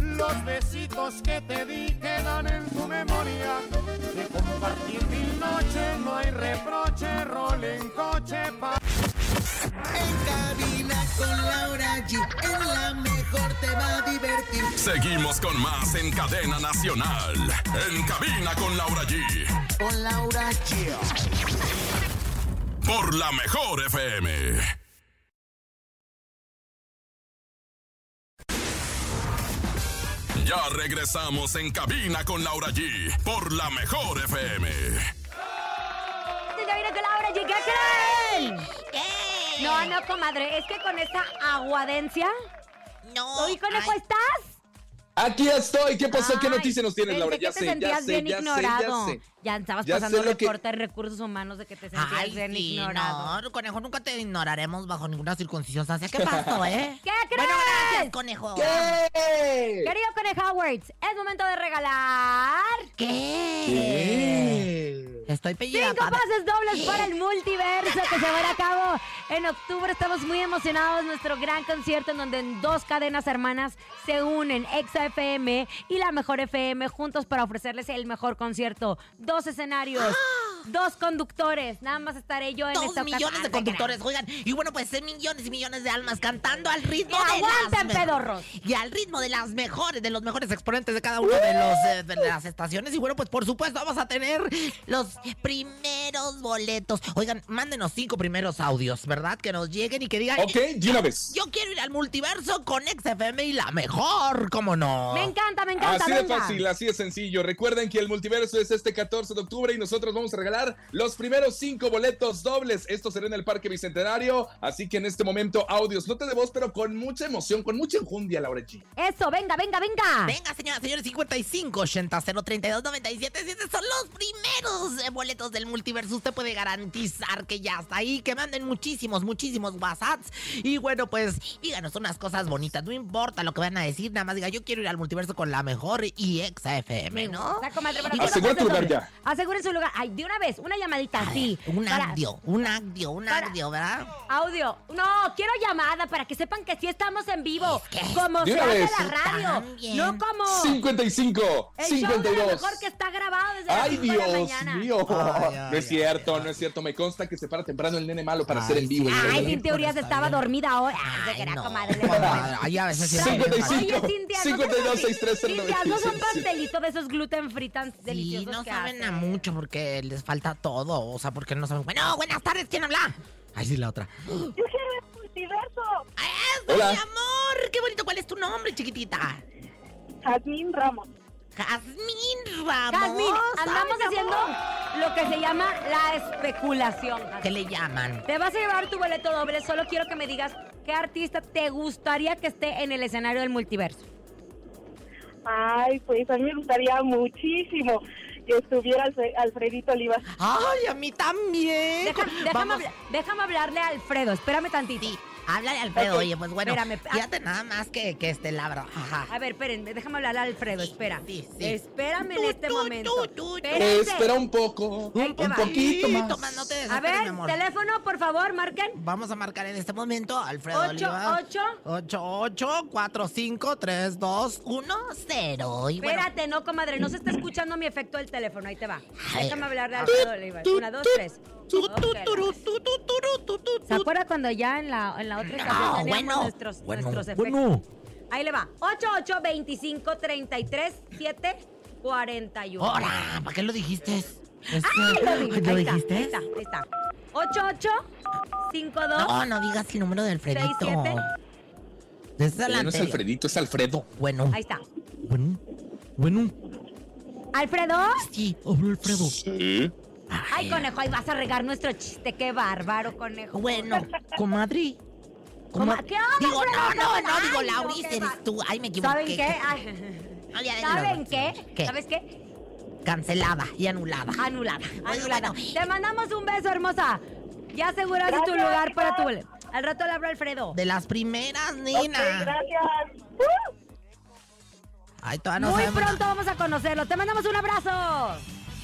S4: Los besitos que te di quedan en tu memoria. De compartir mil noches no hay reproche, rol en coche pa'
S5: En cabina con Laura G. En la mejor te va a divertir.
S1: Seguimos con más en cadena nacional. En cabina con Laura G.
S5: Con Laura G.
S1: Por la mejor FM. Ya regresamos en cabina con Laura G. Por la mejor FM.
S6: Este ya viene con la hora, llegué a creer.
S2: ¿Qué?
S6: No, no, comadre, es que con esta aguadencia...
S2: No.
S6: ¿Hoy, conejo,
S2: Oh, ay,
S6: estás?
S3: Aquí estoy. ¿Qué pasó? ¿Qué
S6: Ay,
S3: noticia nos tienes,
S6: pensé
S3: Laura?
S6: que
S3: Ya
S6: te
S3: sé, ya
S6: sentías
S3: sé,
S6: bien
S3: ya sé, ya
S6: ignorado.
S3: sé.
S6: Ya estabas
S3: Ya sé
S6: pasando
S3: lo que-
S6: reporte de recursos humanos de que te sentías
S2: Ay,
S6: bien
S2: sí,
S6: ignorado.
S2: no, conejo, nunca te ignoraremos bajo ninguna circunstancia. ¿Qué pasó, eh?
S6: ¿Qué
S2: Bueno,
S6: crees?
S2: gracias, conejo.
S3: ¡Ey!
S6: Querido Conejo Awards, es momento de regalar
S2: ¿Qué? Estoy pellida,
S6: cinco
S2: padre.
S6: pases dobles para el multiverso que se va a llevar a cabo en octubre. Estamos muy emocionados. Nuestro gran concierto en donde dos cadenas hermanas se unen, Exa FM y la Mejor FM, juntos para ofrecerles el mejor concierto. Dos escenarios. Dos conductores. Nada más estaré yo en
S2: Dos
S6: esta ocasión.
S2: millones de
S6: Ah, te creas.
S2: conductores, oigan. Y bueno, pues eh, millones y millones de almas cantando al ritmo de
S6: ¡Aguanten,
S2: las me-
S6: pedorros!
S2: Y al ritmo de las mejores, de los mejores exponentes de cada uno de, los, eh, de las estaciones. Y bueno, pues por supuesto vamos a tener los primeros boletos. Oigan, mándenos cinco primeros audios, ¿verdad? Que nos lleguen y que digan...
S3: Ok, de una vez.
S2: Yo quiero ir al multiverso con XFM y la mejor, ¿cómo no?
S6: Me encanta, me encanta.
S3: Así de
S6: venga.
S3: fácil, así de sencillo. Recuerden que el multiverso es este 14 de octubre y nosotros vamos a regalar los primeros cinco boletos dobles. Esto será en el Parque Bicentenario. Así que en este momento, audios, no te de voz, pero con mucha emoción, con mucha enjundia, Laura G.
S6: Eso, venga, venga, venga.
S2: Venga, señoras, señores, 55 80 032 97 7 son los primeros eh, boletos del multiverso. Usted puede garantizar que ya está ahí, que manden muchísimos, muchísimos WhatsApps. Y bueno, pues díganos unas cosas bonitas. No importa lo que van a decir, nada más diga, yo quiero ir al multiverso con la mejor y exa FM, ¿no?
S6: Saco madre,
S2: Y
S6: pero
S2: bueno,
S3: Asegura tu lugar
S6: doble.
S3: ya.
S6: Aseguren su lugar. Ay, de una vez, una llamadita así.
S2: Un
S6: Para-
S2: audio, un audio, un
S6: para-
S2: audio, ¿verdad?
S6: Audio. No, quiero llamada para que sepan que sí estamos en vivo.
S2: Es que-
S6: Como
S3: De
S6: se
S3: una
S6: hace
S3: vez.
S6: la radio.
S2: También.
S6: No como
S3: 55,
S6: Oh. el show de lo
S3: 52.
S6: mejor que está grabado desde
S3: Ay,
S6: las cinco de la
S3: Dios
S6: mañana.
S3: mío.
S2: Ay, ay,
S3: no es
S2: ay,
S3: cierto, no es cierto. Me consta que se para temprano el nene malo para hacer en vivo.
S6: Ay,
S2: sí.
S6: sin teorías
S2: Está
S6: estaba
S2: bien.
S6: dormida hoy. Ay, se
S2: Ay,
S6: crea,
S2: no.
S6: comadre.
S2: Comadre, ay, a veces sí me-
S3: 55.
S6: Oye, Cintia, ¿no son
S3: 52,
S6: pastel-
S3: 63,
S6: Cintia, ¿no son
S3: 96?
S6: pastelitos de esos gluten free tan
S2: Sí,
S6: deliciosos
S2: no
S6: que
S2: saben
S6: hacen?
S2: a mucho porque les falta todo. O sea, porque no saben. Bueno, buenas tardes, ¿quién habla? Ay, sí, la otra.
S10: Yo quiero el multiverso.
S2: ¡Eso,
S3: Hola.
S2: mi amor! ¡Qué bonito! ¿Cuál es tu nombre, chiquitita?
S10: Jazmín Ramos.
S2: Jazmín Ramos.
S6: Jazmín, andamos
S10: Ay, mi
S6: haciendo lo que se llama la especulación.
S2: ¿Qué le llaman?
S6: Te vas a llevar tu boleto doble. Solo quiero que me digas qué artista te gustaría que esté en el escenario del multiverso.
S10: Ay, pues a mí me gustaría muchísimo que estuviera Alfre- Alfredito Olivas.
S2: ¡Ay, a mí también!
S6: Deja- déjame,
S2: Vamos.
S6: habla- déjame hablarle a Alfredo. Espérame tantito.
S2: Sí, háblale al pedo,
S6: Ok,
S2: oye, pues bueno.
S6: espérame.
S2: Fíjate nada más que, que este labra. Ajá.
S6: A ver, espérenme. Déjame hablarle a Alfredo.
S2: Sí,
S6: Espera.
S2: sí, sí.
S6: Espérame
S2: Tú,
S6: en este
S2: tú,
S6: momento.
S2: tú, tú, tú.
S6: Espérense.
S3: Eh, Espera un poco,
S6: Ahí
S3: un
S6: te va.
S3: poquito más.
S2: Toma, no te
S6: A
S2: desesperes, mi
S6: ver,
S2: amor.
S6: teléfono, por favor, marquen.
S2: Vamos a marcar en este momento a Alfredo
S6: Ocho,
S2: Oliva.
S6: ocho.
S2: 8, 4, 5, 3, 2, 1, 0. Y bueno,
S6: Espérate, no, comadre, no se está escuchando mi efecto del teléfono, ahí te va.
S2: Ay.
S6: Déjame hablarle a Alfredo Olivas. Una, dos, tres.
S2: tu,
S6: Ok,
S2: tu,
S6: la
S2: turu, tu, tu, turu, tu, tu, tu.
S6: ¿Se acuerda cuando ya en la, en la otra estación
S2: No,
S6: teníamos
S2: Ah, bueno,
S6: nuestros,
S2: bueno,
S6: nuestros efectos? Ahí le va. 88 25 33 7 41.
S2: Ahora, ¿para qué lo dijiste? Este,
S6: ¡Ay, lo dije!
S2: ¿Lo
S6: ahí está,
S2: dijiste?
S6: Ahí está, ahí está. 88 52
S2: No, no digas el número de Alfredito.
S6: Seis, siete.
S2: Esa es la
S3: No es
S2: anterior.
S3: Alfredito, es Alfredo.
S2: Bueno,
S6: Ahí está.
S2: bueno, bueno.
S6: Alfredo.
S2: Sí, hablo Alfredo.
S6: Ay, conejo, ahí vas a regar nuestro chiste. Qué bárbaro, conejo.
S2: Bueno, comadre.
S6: Coma-
S2: Comadre.
S6: ¿Qué onda,
S2: Digo, no,
S6: Alfredo?
S2: no, no,
S6: Ay,
S2: digo,
S6: no,
S2: Lauris,
S6: qué
S2: eres
S6: va-
S2: tú. Ay, me equivoqué.
S6: ¿Saben qué? Ay,
S2: Ay, ay,
S6: ¿Saben
S2: no,
S6: qué?
S2: ¿Qué?
S6: ¿Sabes qué?
S2: Cancelada y anulada.
S6: Anulada,
S2: Bueno,
S6: anulada.
S2: bueno.
S6: Te mandamos un beso, hermosa. Ya aseguraste tu
S10: Gracias,
S6: lugar para tu
S10: chicas.
S6: boleto. Al rato le hablo a Alfredo.
S2: De las primeras,
S10: Ok,
S2: nena.
S10: gracias. ¡Uh!
S2: Ay, todavía no
S6: Muy
S2: sabemos.
S6: pronto vamos a conocerlo. Te mandamos un abrazo.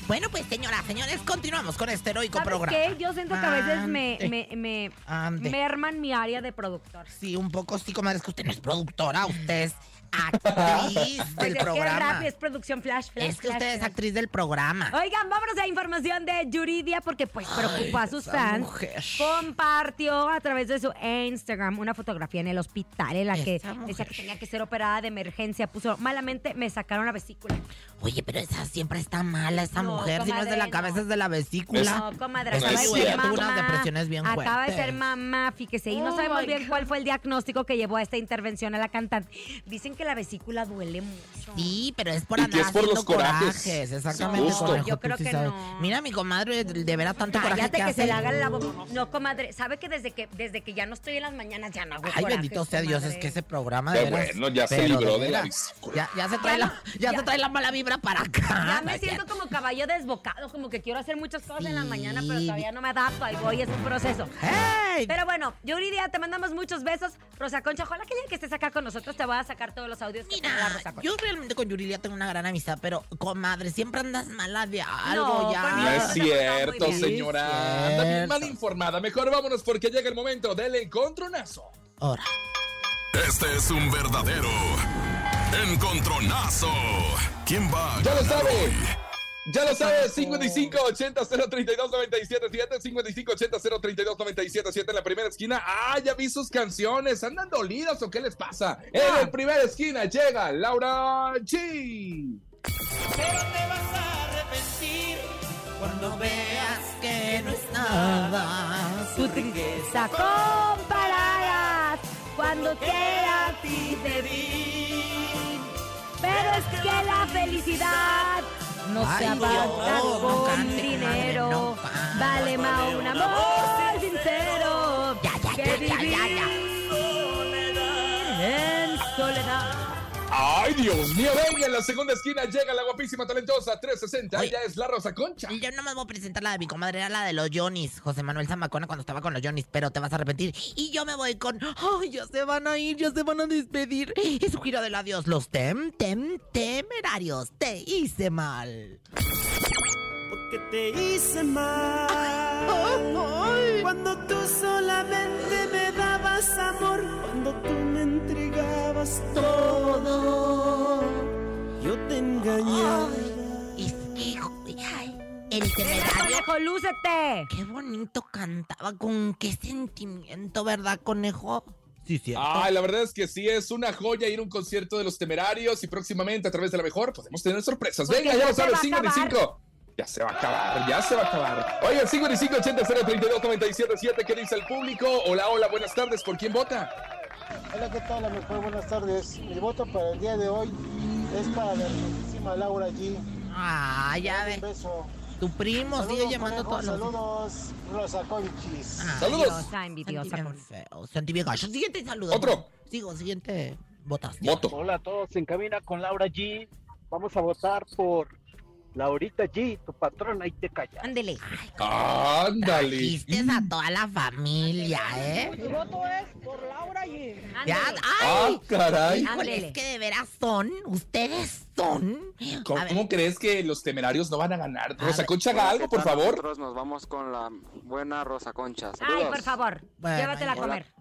S2: Bueno, pues, señoras, señores, continuamos con este heroico
S6: ¿Sabes
S2: programa. Ah, eh,
S6: qué? Yo siento que a veces me,
S2: Ande.
S6: me, me
S2: Ande.
S6: merman mi área de productor.
S2: Sí, un poco sí, comadre, es que usted no es productora, usted es actriz
S6: Pues
S2: del
S6: es que es
S2: programa.
S6: rápido, es producción flash, flash,
S2: Es que
S6: flash,
S2: usted es
S6: flash.
S2: actriz del programa.
S6: Oigan, vámonos a información de Yuridia porque pues preocupa a sus
S2: esa
S6: fans.
S2: mujer.
S6: Compartió a través de su Instagram una fotografía en el hospital en la que
S2: Esa mujer.
S6: decía que tenía que ser operada de emergencia. Puso malamente me sacaron la vesícula.
S2: Oye, pero esa siempre está mala, esa
S6: No,
S2: mujer. si no es de la
S6: comadre,
S2: cabeza,
S6: no.
S2: es de la vesícula.
S6: No, comadre,
S3: No
S6: acaba
S3: es
S6: de ser
S3: cierto.
S6: mamá.
S2: Tuvo unas depresiones bien
S6: acaba de ser
S2: fuertes.
S6: mamá, fíjese. Y no
S2: Oh
S6: sabemos
S2: my
S6: bien cuál fue el diagnóstico que llevó a esta intervención a la cantante. Dicen que la vesícula duele mucho.
S2: Sí, pero es por
S3: Y
S2: andar
S3: que es por los
S2: haciendo corajes.
S3: corajes.
S2: Exactamente,
S3: Justo.
S2: conejo,
S6: Yo
S2: tú
S6: creo
S2: sí
S6: que
S2: sabes.
S6: no.
S2: Mira, mi comadre, de veras tanto coraje
S6: Cállate
S2: que,
S6: que,
S2: hace.
S6: se le haga la boca. No, comadre, sabe que desde que desde que ya no estoy en las mañanas ya no hago
S2: Ay,
S6: corajes,
S2: bendito sea Dios, es
S6: comadre.
S2: que ese programa de
S3: Qué
S2: veras,
S3: bueno, ya se
S2: pero
S3: libró de la
S2: veras,
S3: vesícula.
S2: Ya, ya se trae
S6: Ya
S2: la,
S6: no-
S2: ya, se
S6: ya-
S2: trae la mala vibra para acá.
S6: Ya me siento como caballo desbocado, como que quiero hacer muchas cosas en la mañana, pero todavía no me adapto, ahí voy, es un proceso.
S2: ¡Hey!
S6: Pero bueno, Yuridia, te mandamos muchos besos. Rosa Concha, ojalá que el día que estés acá con nosotros te voy a sacar todos los audios que
S2: Mira,
S6: tenga la Rosa pues. Concha.
S2: yo realmente con Yurilia tengo una gran amistad, pero comadre, siempre andas mala de algo
S6: No,
S2: ya.
S6: con
S3: No
S6: Ah,
S3: es
S6: se portaba muy
S3: cierto,
S6: bien.
S3: señora. Anda bien
S2: Cierto.
S3: mal informada. Mejor vámonos porque llega el momento del encontronazo.
S2: Ahora.
S1: Este es un verdadero encontronazo. ¿Quién va a
S3: Ya lo
S1: ganar
S3: sabe.
S1: hoy?
S3: Ya lo sabes, 5580-032-977, 5580-032-977 en la primera esquina. Ah, ya vi sus canciones, ¿andan dolidas o qué les pasa? En la primera esquina llega Laura G.
S5: Pero te vas a arrepentir cuando veas que no es nada. Su riqueza
S6: compararás cuando quiera a ti te di. Pero es que la felicidad no se
S2: Ay,
S6: abarca
S2: Dios, no
S6: con
S2: cante,
S6: dinero.
S2: madre, no
S6: vale más un amor sincero que vivir en soledad.
S3: Ay, Dios mío, venga, en la segunda esquina llega la guapísima talentosa 360. Ella es la Rosa Concha.
S2: Yo no me voy a presentar la de mi comadre, era la de los Johnnies, José Manuel Zamacona cuando estaba con los Johnnies, pero te vas a arrepentir. Y yo me voy con, ay, ya se van a ir, ya se van a despedir. Es su giro del adiós, los tem, tem, temerarios, te hice mal.
S11: Porque te hice
S4: Oh,
S11: mal. Cuando tú solamente me dabas amor, cuando tú me entregabas todo, yo te engañaba.
S2: El temerario.
S6: Conejo, lúcete.
S2: Qué bonito cantaba, con qué sentimiento, ¿verdad, conejo? Sí, sí.
S3: Ay, Ah, la verdad es que sí, es una joya ir a un concierto de los temerarios y próximamente a través de la mejor podemos tener sorpresas.
S6: Porque
S3: Venga,
S6: ya
S3: ya lo
S6: se va
S3: sabes,
S6: a
S3: 55. Ya se va a acabar, ya se va a acabar. Oye, 5580-032-977, ¿qué dice el público? Hola, hola, buenas tardes, ¿por quién vota?
S12: Hola, ¿qué tal? A lo mejor buenas tardes. Mi voto para el día de hoy es para la hermosísima Laura G.
S2: Ah, ya
S12: Dale
S2: ve.
S12: Un beso.
S2: Tu primo sigue
S12: Saludos,
S2: llamando
S12: conejo.
S2: todos los
S12: Saludos, Rosa Conchis.
S2: Ay,
S3: Saludos.
S6: Está envidiosa.
S2: Sentí bien feo, sentí bien gacho. Siguiente saludo.
S3: Otro.
S2: Sigo, siguiente. Votas.
S3: Voto.
S13: Hola a todos, en cabina con Laura G. Vamos a votar por Laurita G, tu patrona, y te callas.
S6: Ándele.
S3: Ándale.
S2: Viste a toda la familia, ¿eh?
S14: Mi voto es por Laura G.
S2: Ya,
S6: Ándele.
S3: Ah,
S2: ¡Ay!
S3: caray.
S2: Híjole,
S6: Ándele.
S2: es que de veras son, ustedes son.
S3: ¿Cómo,
S2: A ver,
S3: cómo crees que los temerarios no van a ganar?
S2: A
S3: Rosa
S2: ver.
S3: Concha, haga algo, por favor.
S15: Nosotros nos vamos con la buena Rosa Concha.
S6: Ay, por favor,
S2: Bueno,
S6: llévatela a
S2: ya.
S6: comer.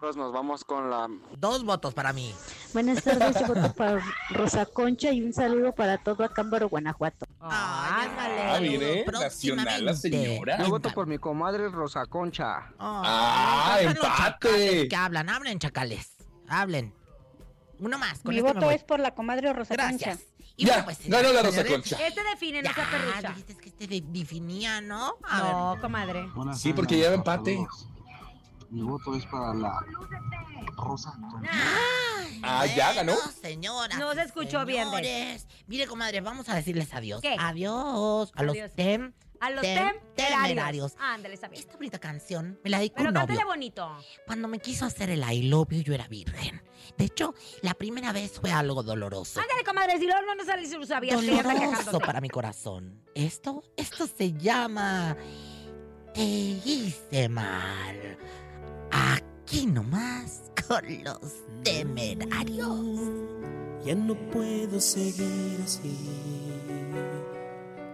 S15: Nosotros nos vamos con la
S2: dos votos para mí.
S14: Buenas tardes, yo voto para Rosa Concha y un saludo para todo Acámbaro, Guanajuato.
S2: Ay, ándale.
S3: Ah, mire,
S2: saludo
S3: nacional la
S2: próximamente.
S3: señora.
S2: Ay,
S15: Yo voto por mi comadre Rosa Concha.
S3: Ah,
S2: Ay, están los
S3: empate.
S2: chacales Que hablan, hablen, chacales. Hablen. Uno más, con
S14: Mi
S2: este me
S14: voto
S2: voy.
S14: es por la comadre Rosa
S2: Gracias.
S14: Concha.
S2: Y
S3: Ya,
S2: bueno, pues,
S3: ganó la Rosa
S2: señores,
S3: Concha.
S6: Este define, no sea
S2: Ya,
S6: perrucha.
S2: dijiste que este de- definía, ¿no? A
S6: No, comadre.
S3: Sí, porque lleva empate.
S15: Mi voto es para la Rosa Concha.
S3: Ah, ya ganó.
S2: Bueno, señoras
S6: No se
S2: y
S6: escuchó bien de él.
S2: señores. Mire, comadre, vamos a decirles adiós.
S6: ¿Qué?
S2: Adiós. A los
S6: Adiós.
S2: tem.
S6: A los
S2: Tem-
S6: temerarios.
S2: temerarios.
S6: Ándale, está bien.
S2: Esta bonita canción me la dedicó
S6: Pero
S2: un novio.
S6: cántale bonito.
S2: Cuando me quiso hacer el I love you, yo era virgen. De hecho, la primera vez fue algo doloroso.
S6: Ándale, comadre, si luego no nos sale si sabías que ya está
S2: doloroso
S6: quejándote.
S2: para mi corazón. Esto, esto se llama Te hice mal. Aquí nomás con los temerarios.
S11: Ya no puedo seguir así.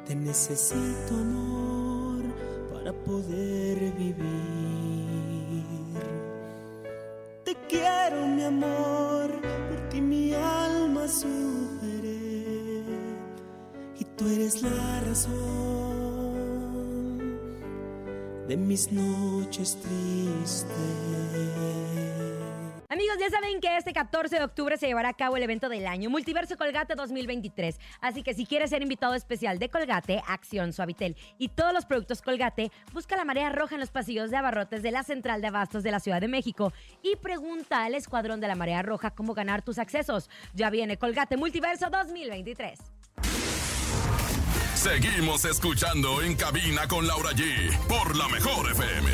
S11: Te necesito amor para poder vivir. Te quiero mi amor, por ti mi alma sufre. Y tú eres la razón de mis noches tristes.
S6: Amigos, ya saben que este 14 de octubre se llevará a cabo el evento del año Multiverso Colgate 2023. Así que si quieres ser invitado especial de Colgate, Acción Suavitel y todos los productos Colgate, busca la marea roja en los pasillos de abarrotes de la Central de Abastos de la Ciudad de México y pregunta al Escuadrón de la Marea Roja cómo ganar tus accesos. Ya viene Colgate Multiverso 2023.
S1: Seguimos escuchando en cabina con Laura G por la mejor FM.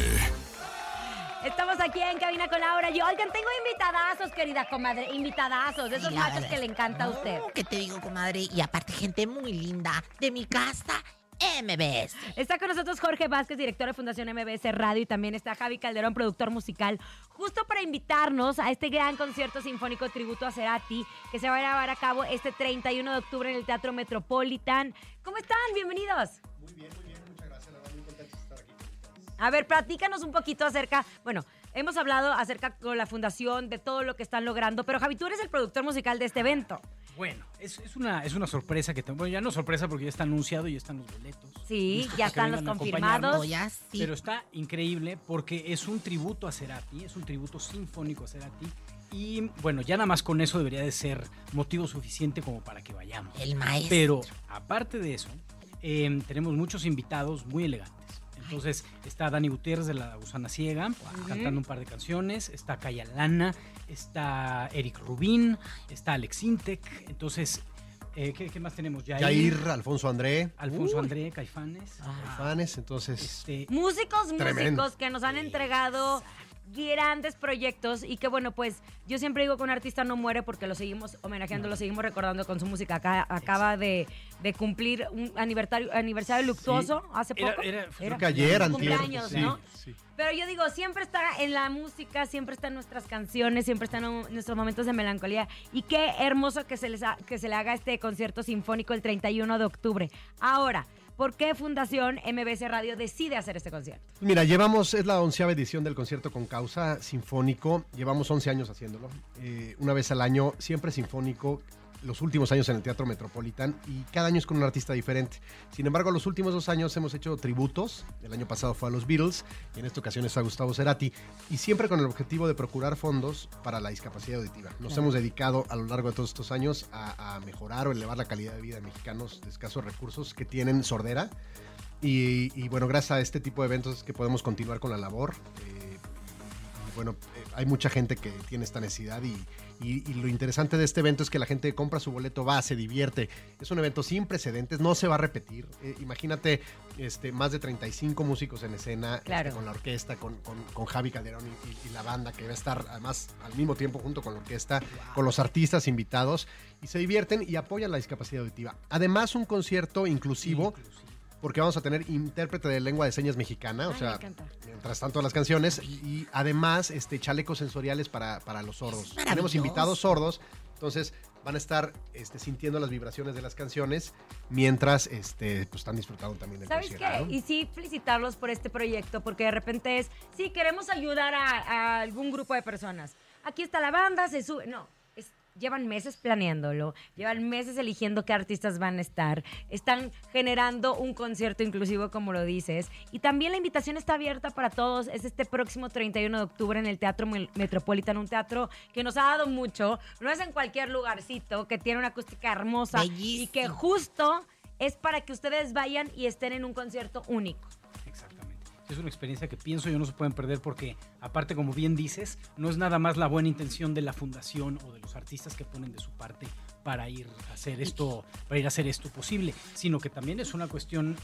S6: Estamos aquí en Cabina con Laura. Yo, oigan, tengo invitadazos, querida comadre. Invitadazos, de esos
S2: Y la
S6: machos
S2: verdad-
S6: que le encanta a usted.
S2: No, ¿Qué te digo, comadre? Y aparte, gente muy linda de mi casa, MBS.
S6: Está con nosotros Jorge Vázquez, director de Fundación MBS Radio, y también está Javi Calderón, productor musical, justo para invitarnos a este gran concierto sinfónico tributo a Cerati, que se va a llevar a cabo este 31 de octubre en el Teatro Metropolitan. ¿Cómo están? Bienvenidos. A ver, platícanos un poquito acerca, bueno, Hemos hablado acerca con la fundación de todo lo que están logrando, pero Javi, tú eres el productor musical de este evento.
S16: Bueno, es, es una, es una sorpresa que tengo. Bueno, ya no sorpresa porque ya está anunciado y ya están los boletos.
S6: Sí,
S16: Listos
S6: ya
S16: para que
S6: están los
S16: vengan a
S6: confirmados.
S16: acompañarnos. Pero está increíble porque es un tributo a Cerati, es un tributo sinfónico a Cerati. Y bueno, ya nada más con eso debería de ser motivo suficiente como para que vayamos.
S2: El maestro.
S16: Pero aparte de eso, eh, tenemos muchos invitados muy elegantes. Entonces está Dani Gutiérrez de La Gusana Ciega cantando un par de canciones, está Calla Lana, está Eric Rubín, está Alex Intec. Entonces, eh, ¿qué, qué más tenemos?
S17: Jair, Alfonso André.
S16: Alfonso André, Caifanes.
S17: Caifanes, entonces.
S6: Músicos, músicos
S17: Tremendo.
S6: que nos han entregado grandes proyectos y que bueno, pues yo siempre digo que un artista no muere porque lo seguimos homenajeando, lo seguimos recordando con su música. Acá- acaba de, de cumplir un aniversario, aniversario luctuoso hace poco.
S16: Era- era-
S17: Creo que ayer,
S6: su
S17: antier.
S6: cumpleaños,
S17: Sí,
S6: ¿no?
S17: sí.
S6: Pero yo digo, siempre está en la música, siempre está en nuestras canciones, siempre está en un- nuestros momentos de melancolía. Y qué hermoso que se, les ha- que se le haga este concierto sinfónico el 31 de octubre. Ahora, ¿por qué Fundación MBC Radio decide hacer este concierto?
S17: Mira, llevamos, es la onceava edición del concierto con causa sinfónico. Llevamos 11 años haciéndolo. eh, una vez al año, siempre sinfónico. Los últimos años en el Teatro Metropolitan y cada año es con un artista diferente. Sin embargo, los últimos dos años hemos hecho tributos. El año pasado fue a los Beatles y en esta ocasión es a Gustavo Cerati. Y siempre con el objetivo de procurar fondos para la discapacidad auditiva. Nos
S18: Claro.
S17: hemos dedicado a lo largo de todos estos años a, a mejorar o elevar la calidad de vida de mexicanos de escasos recursos que tienen sordera. Y, y, bueno, gracias a este tipo de eventos es que podemos continuar con la labor. Eh, y bueno, eh, hay mucha gente que tiene esta necesidad y, y- y lo interesante de este evento es que la gente compra su boleto, va, se divierte. Es un evento sin precedentes, no se va a repetir. Eh, imagínate este, más de 35 músicos en escena, este,
S6: Claro.
S17: con la orquesta, con, con- con Javi Calderón y, y- y la banda que va a estar además al mismo tiempo junto con la orquesta, con los artistas invitados y se divierten y apoyan la discapacidad auditiva. Además, un concierto inclusivo porque vamos a tener intérprete de lengua de señas mexicana, o
S6: Ay, me
S17: sea,
S6: encanta.
S17: mientras tanto las canciones, y además este, chalecos sensoriales para, para los sordos. Tenemos
S18: maravilloso.
S17: invitados sordos, entonces van a estar este, sintiendo las vibraciones de las canciones mientras este, pues, están disfrutando también del
S6: ¿Sabes
S17: concierto,
S6: qué?
S17: ¿no?
S6: Y sí, felicitarlos por este proyecto, porque de repente es, sí, queremos ayudar a, a algún grupo de personas. Aquí está la banda, se sube. No, es- llevan meses planeándolo, llevan meses eligiendo qué artistas van a estar, están generando un concierto inclusivo, como lo dices. Y también la invitación está abierta para todos. Es este próximo 31 de octubre en el Teatro Mel- Metropolitan, un teatro que nos ha dado mucho. No es en cualquier lugarcito, que tiene una acústica hermosa y que justo es para que ustedes vayan y estén en un concierto único.
S16: Ah, Es una experiencia que pienso yo no se pueden perder porque, aparte, como bien dices, no es nada más la buena intención de la fundación o de los artistas que ponen de su parte para ir a hacer esto, para ir a hacer esto posible, sino que también es una cuestión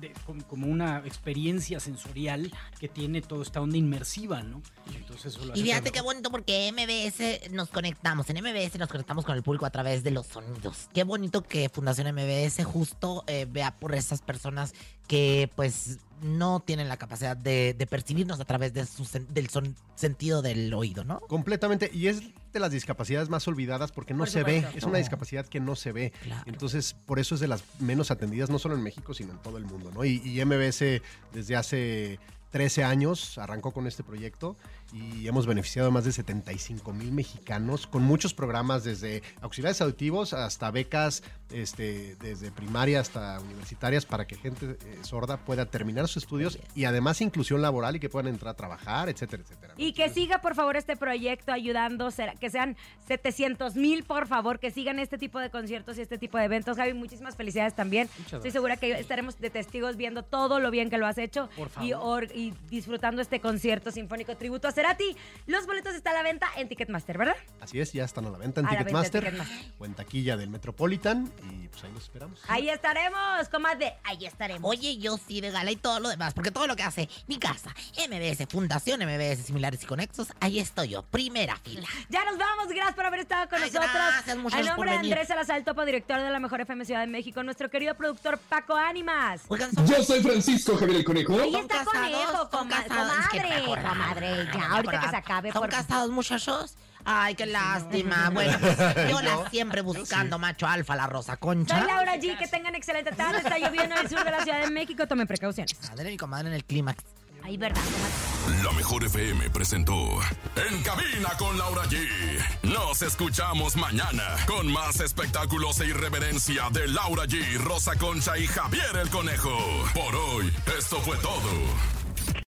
S16: de- com- como una experiencia sensorial que tiene toda esta onda inmersiva, ¿no? Entonces, eso lo
S2: Y
S16: hace
S2: fíjate
S16: todo.
S2: qué bonito porque MBS nos conectamos. En MBS nos conectamos con el público a través de los sonidos. Qué bonito que Fundación MBS justo eh, vea por esas personas que pues no tienen la capacidad de, de percibirnos a través de su sen- del son- sentido del oído, ¿no?
S17: Completamente. Y es de las discapacidades más olvidadas porque no
S2: Por
S17: se ve.
S2: supuesto.
S17: Es una
S2: No.
S17: discapacidad que no se ve. Entonces, por eso es de las menos atendidas, no solo en México, sino en todo el mundo. ¿no? Y, y MBS desde hace 13 años arrancó con este proyecto y hemos beneficiado a más de 75 mil mexicanos con muchos programas desde auxiliares auditivos hasta becas este, desde primaria hasta universitarias para que gente eh, sorda pueda terminar sus estudios y además inclusión laboral y que puedan entrar a trabajar, etcétera, etcétera.
S6: Y que siga, por favor, este proyecto ayudando, será- que sean 700 mil, por favor, que sigan este tipo de conciertos y este tipo de eventos. Javi, muchísimas felicidades también. Estoy
S16: gracias.
S6: segura que estaremos de testigos viendo todo lo bien que lo has hecho
S16: Por
S6: Y,
S16: favor.
S6: or- y disfrutando este concierto sinfónico tributo a Cerati. Los boletos están a la venta en Ticketmaster, ¿verdad?
S17: Así es, ya están a la venta en
S6: A la venta en
S17: Ticketmaster,
S6: Ticketmaster.
S17: o en taquilla del Metropolitan y pues ahí los esperamos.
S6: Ahí estaremos, comadre. Ahí estaremos.
S2: Oye, yo sí de gala y todo lo demás, porque todo lo que hace mi casa, MBS, Fundación MBS, similares y conexos, ahí estoy yo, primera fila.
S6: Ya nos vamos, gracias por haber estado con
S2: Ay,
S6: nosotros.
S2: gracias, muchachos,
S6: Al nombre de
S2: por venir.
S6: Andrés Salazar, topo director de la Mejor FM Ciudad de México, nuestro querido productor Paco Ánimas.
S3: Yo soy Francisco Javier el Conejo.
S6: Ahí está conejo, coma-
S2: Es que
S6: comadre,
S2: me acordaba.
S6: comadre,
S2: Ay, me
S6: ya, ahorita que se
S2: acordaba.
S6: acabe.
S2: ¿Son
S6: por-
S2: casados muchachos? Ay, qué lástima. Bueno, pues, yo la siempre buscando macho alfa, la rosa concha.
S6: Soy Laura G, que tengan excelente tarde, está lloviendo en el sur de la Ciudad de México, tomen precauciones.
S2: Madre mi comadre en el clímax.
S6: Ahí, ¿verdad?
S1: La Mejor FM presentó En Cabina con Laura G. Nos escuchamos mañana con más espectáculos e irreverencia de Laura G, Rosa Concha y Javier el Conejo. Por hoy, esto fue todo.